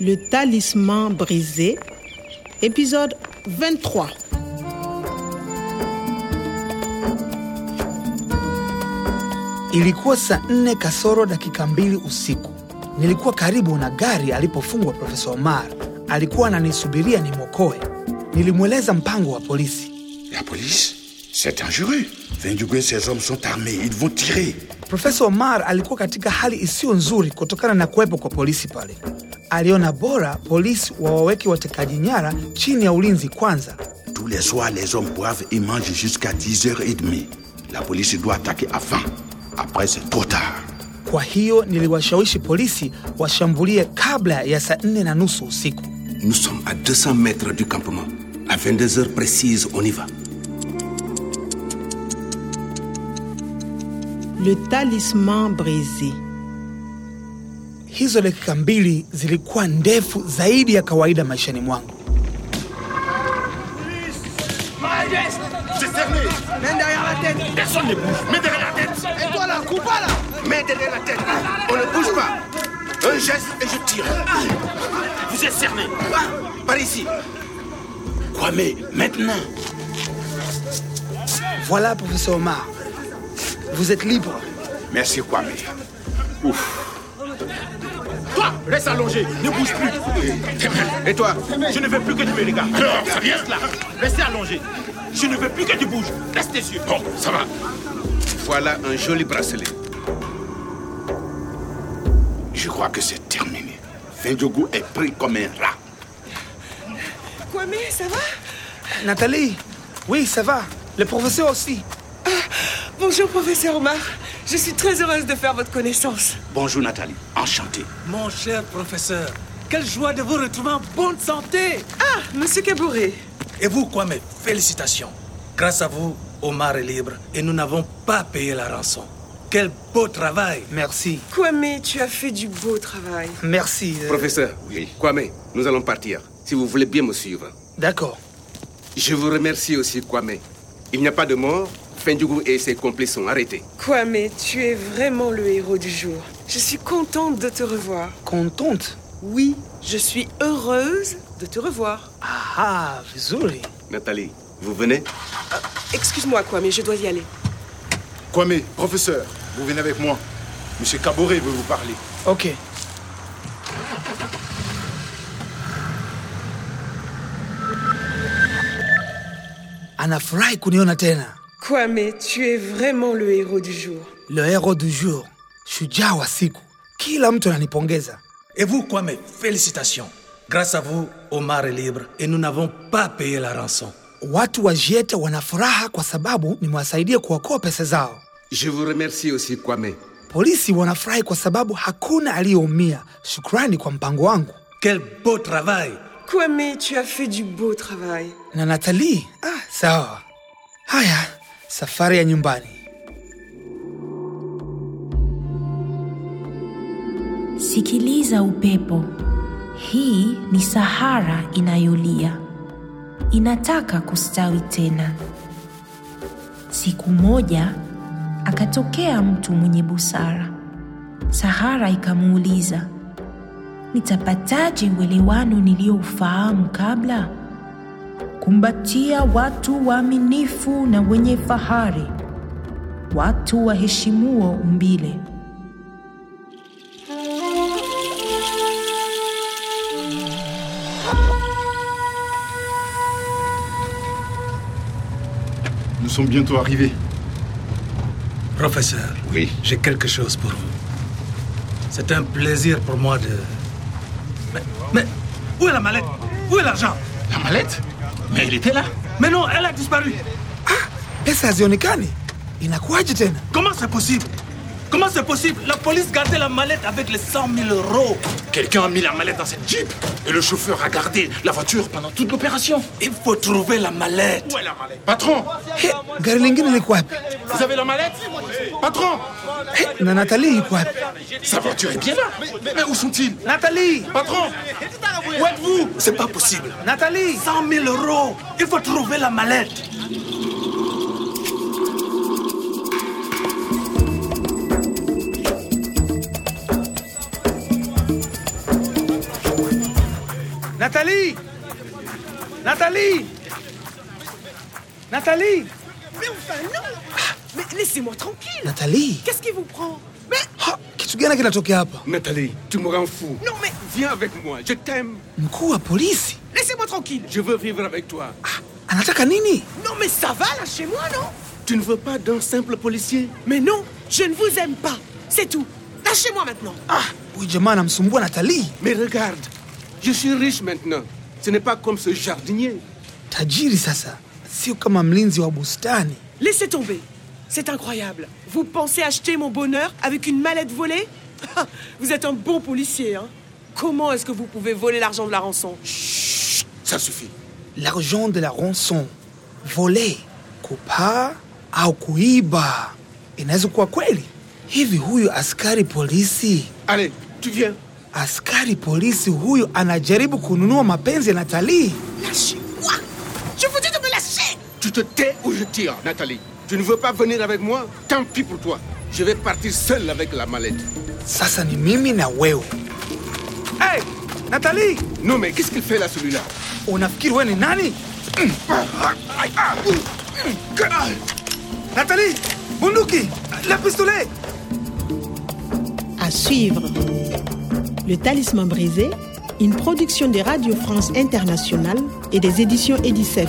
Le talisman brisé, épisode 23. Ilikuwa saa nne kasoro dakika mbili usiku. Nilikuwa karibu na gari alipofungwa Profesa Omar. Alikuwa ananisubiria nimwokoe. Nilimweleza mpango wa polisi. La police C'est dangereux. Vindugue et ses hommes sont armés. Ils vont tirer. Profesa Omar alikuwa katika hali isiyo nzuri kutokana na kuwepo kwa polisi pale. Aliona bora polisi wawaweke watekaji nyara chini ya ulinzi kwanza. Tous les soirs, les hommes boivent et mangent jusqu'à 10h30. La police doit attaquer avant. Après, c'est trop tard. Kwa hiyo niliwashawishi polisi washambulie kabla ya saa nne na nusu usiku. Nous sommes à 200 mètres du campement. À 22 heures précises, on y va. Le talisman brisé. Hizo dakika mbili zilikuwa ndefu zaidi ya kawaida maishani mwangu. Personne ne bouge. Mets derrière la tête. Et toi là, coupe là. Mets derrière la tête. On ne bouge pas. Un geste et je tire. Vous êtes cerné. Ah, Par ici. Kwame, maintenant. Voilà, professeur Omar. Vous êtes libre. Merci, Kwame. Ouf. Toi, reste allongé, ne bouge plus. Et toi, je ne veux plus que tu me regardes. reste là, restez allongé. Je ne veux plus que tu bouges. Reste tes yeux. Bon, ça va. Voilà un joli bracelet. Je crois que c'est terminé. Vendjogu est pris comme un rat. Kwame, ça va Nathalie, oui, ça va. Le professeur aussi. Bonjour, professeur Omar. Je suis très heureuse de faire votre connaissance. Bonjour Nathalie, enchanté. Mon cher professeur, quelle joie de vous retrouver en bonne santé Ah, monsieur Caboret. Et vous, quoi, mes félicitations Grâce à vous, Omar est libre et nous n'avons pas payé la rançon. Quel beau travail Merci. Kwame, tu as fait du beau travail. Merci. euh, Professeur, oui. Kwame, nous allons partir. Si vous voulez bien me suivre. D'accord. Je vous remercie aussi, Kwame. Il n'y a pas de mort. Fendjougou et ses complices sont arrêtés. Kwame, tu es vraiment le héros du jour. Je suis contente de te revoir. Contente. Oui, je suis heureuse de te revoir. Aha, vizuri. Nathalie, vous venez Excuse-moi, Kwame, je dois y aller. Kwame, professeur, vous venez avec moi. Monsieur Caboret veut vous parler. Ok. Anafurahi kuniona tena. Kwame, tu es vraiment le héros du jour. Le hero du jour, shujaa wa siku. Kila mtu ananipongeza. Et vous, quoi, mes félicitations Grâce à vous, Omar est libre et nous n'avons pas payé la rançon. Watu wa Jiete wana furaha kwa sababu nimewasaidia kuokoa pesa zao. Je vous remercie aussi, Kwame. Polisi wanafurahi kwa sababu hakuna aliyeumia. Shukrani kwa mpango wangu. Quel beau travail Kwame, tu as fait du beau travail. na Natali. Ah, sawa. Haya, safari ya nyumbani. Sikiliza upepo. Hii ni Sahara inayolia. Inataka kustawi tena. Siku moja akatokea mtu mwenye busara. Sahara ikamuuliza, "Nitapataje uelewano niliyoufahamu kabla?" Kumbatia watu waaminifu na wenye fahari, watu waheshimuo umbile. Nous sommes bientôt arrivés. Professeur, Oui. j'ai quelque chose pour vous. C'est un plaisir pour moi de... Mais, mais où est la mallette Où est l'argent La mallette Mais il était là. Mais non, elle a disparu Pesa hazionekani, inakuwaje tena? Comment c'est possible Comment c'est possible La police gardait la mallette avec les 100 000 euros. Quelqu'un a mis la mallette dans cette jeep et le chauffeur a gardé la voiture pendant toute l'opération. Il faut trouver la mallette. Où est la mallette Patron He, gari lingine liko wapi? Vous avez la mallette Patron He, na Natali iko wapi? Sa voiture est bien là Mais où sont-ils Natali, Patron Où êtes-vous C'est pas possible Natali. 100 000 euros. Il faut trouver la mallette. Nathalie Nathalie Nathalie Mais enfin, non Mais laissez-moi tranquille Nathalie, Qu'est-ce qui vous prend Mais ha, kitu gani kinatokea hapa? Nathalie, tu me rends fou. non, mais Viens avec moi, je t'aime. Mkuu wa polisi laissez-moi tranquille Je veux vivre avec toi. Ah, anataka nini? Non, mais ça va, lâchez-moi, non Tu ne veux pas d'un simple policier Mais non, je ne vous aime pas, c'est tout Lâchez-moi maintenant Ah, huyu jamaa anamsumbua Nathalie, Mais regarde, je suis riche maintenant. Ce n'est pas comme ce jardinier. tajiri sasa, sio kama mlinzi wa bustani. Laissez tomber C'est incroyable Vous pensez acheter mon bonheur avec une mallette volée Vous êtes un bon policier, hein Comment est-ce que vous pouvez voler l'argent de la rançon Ça suffit. L'argent de la rançon, voler, kupaa au kuiba, inaweza kuwa kweli? Hivi huyu askari polisi, Allez, tu viens. askari polisi huyu anajaribu kununua mapenzi ya Nathalie. Lâchez-moi Je vous dis de me lâcher Tu te tais ou je tire, Nathalie. Tu ne veux pas venir avec moi Tant pis pour toi. Je vais partir seul avec la mallette. Sasa ni mimi na wewe. Hey, Nathalie, Non mais qu'est-ce qu'il fait là celui-là unafikiri wewe ni nani? Nathalie, bunduki, la pistolet. À suivre. Le Talisman brisé, une production de Radio France Internationale et des éditions Edicef.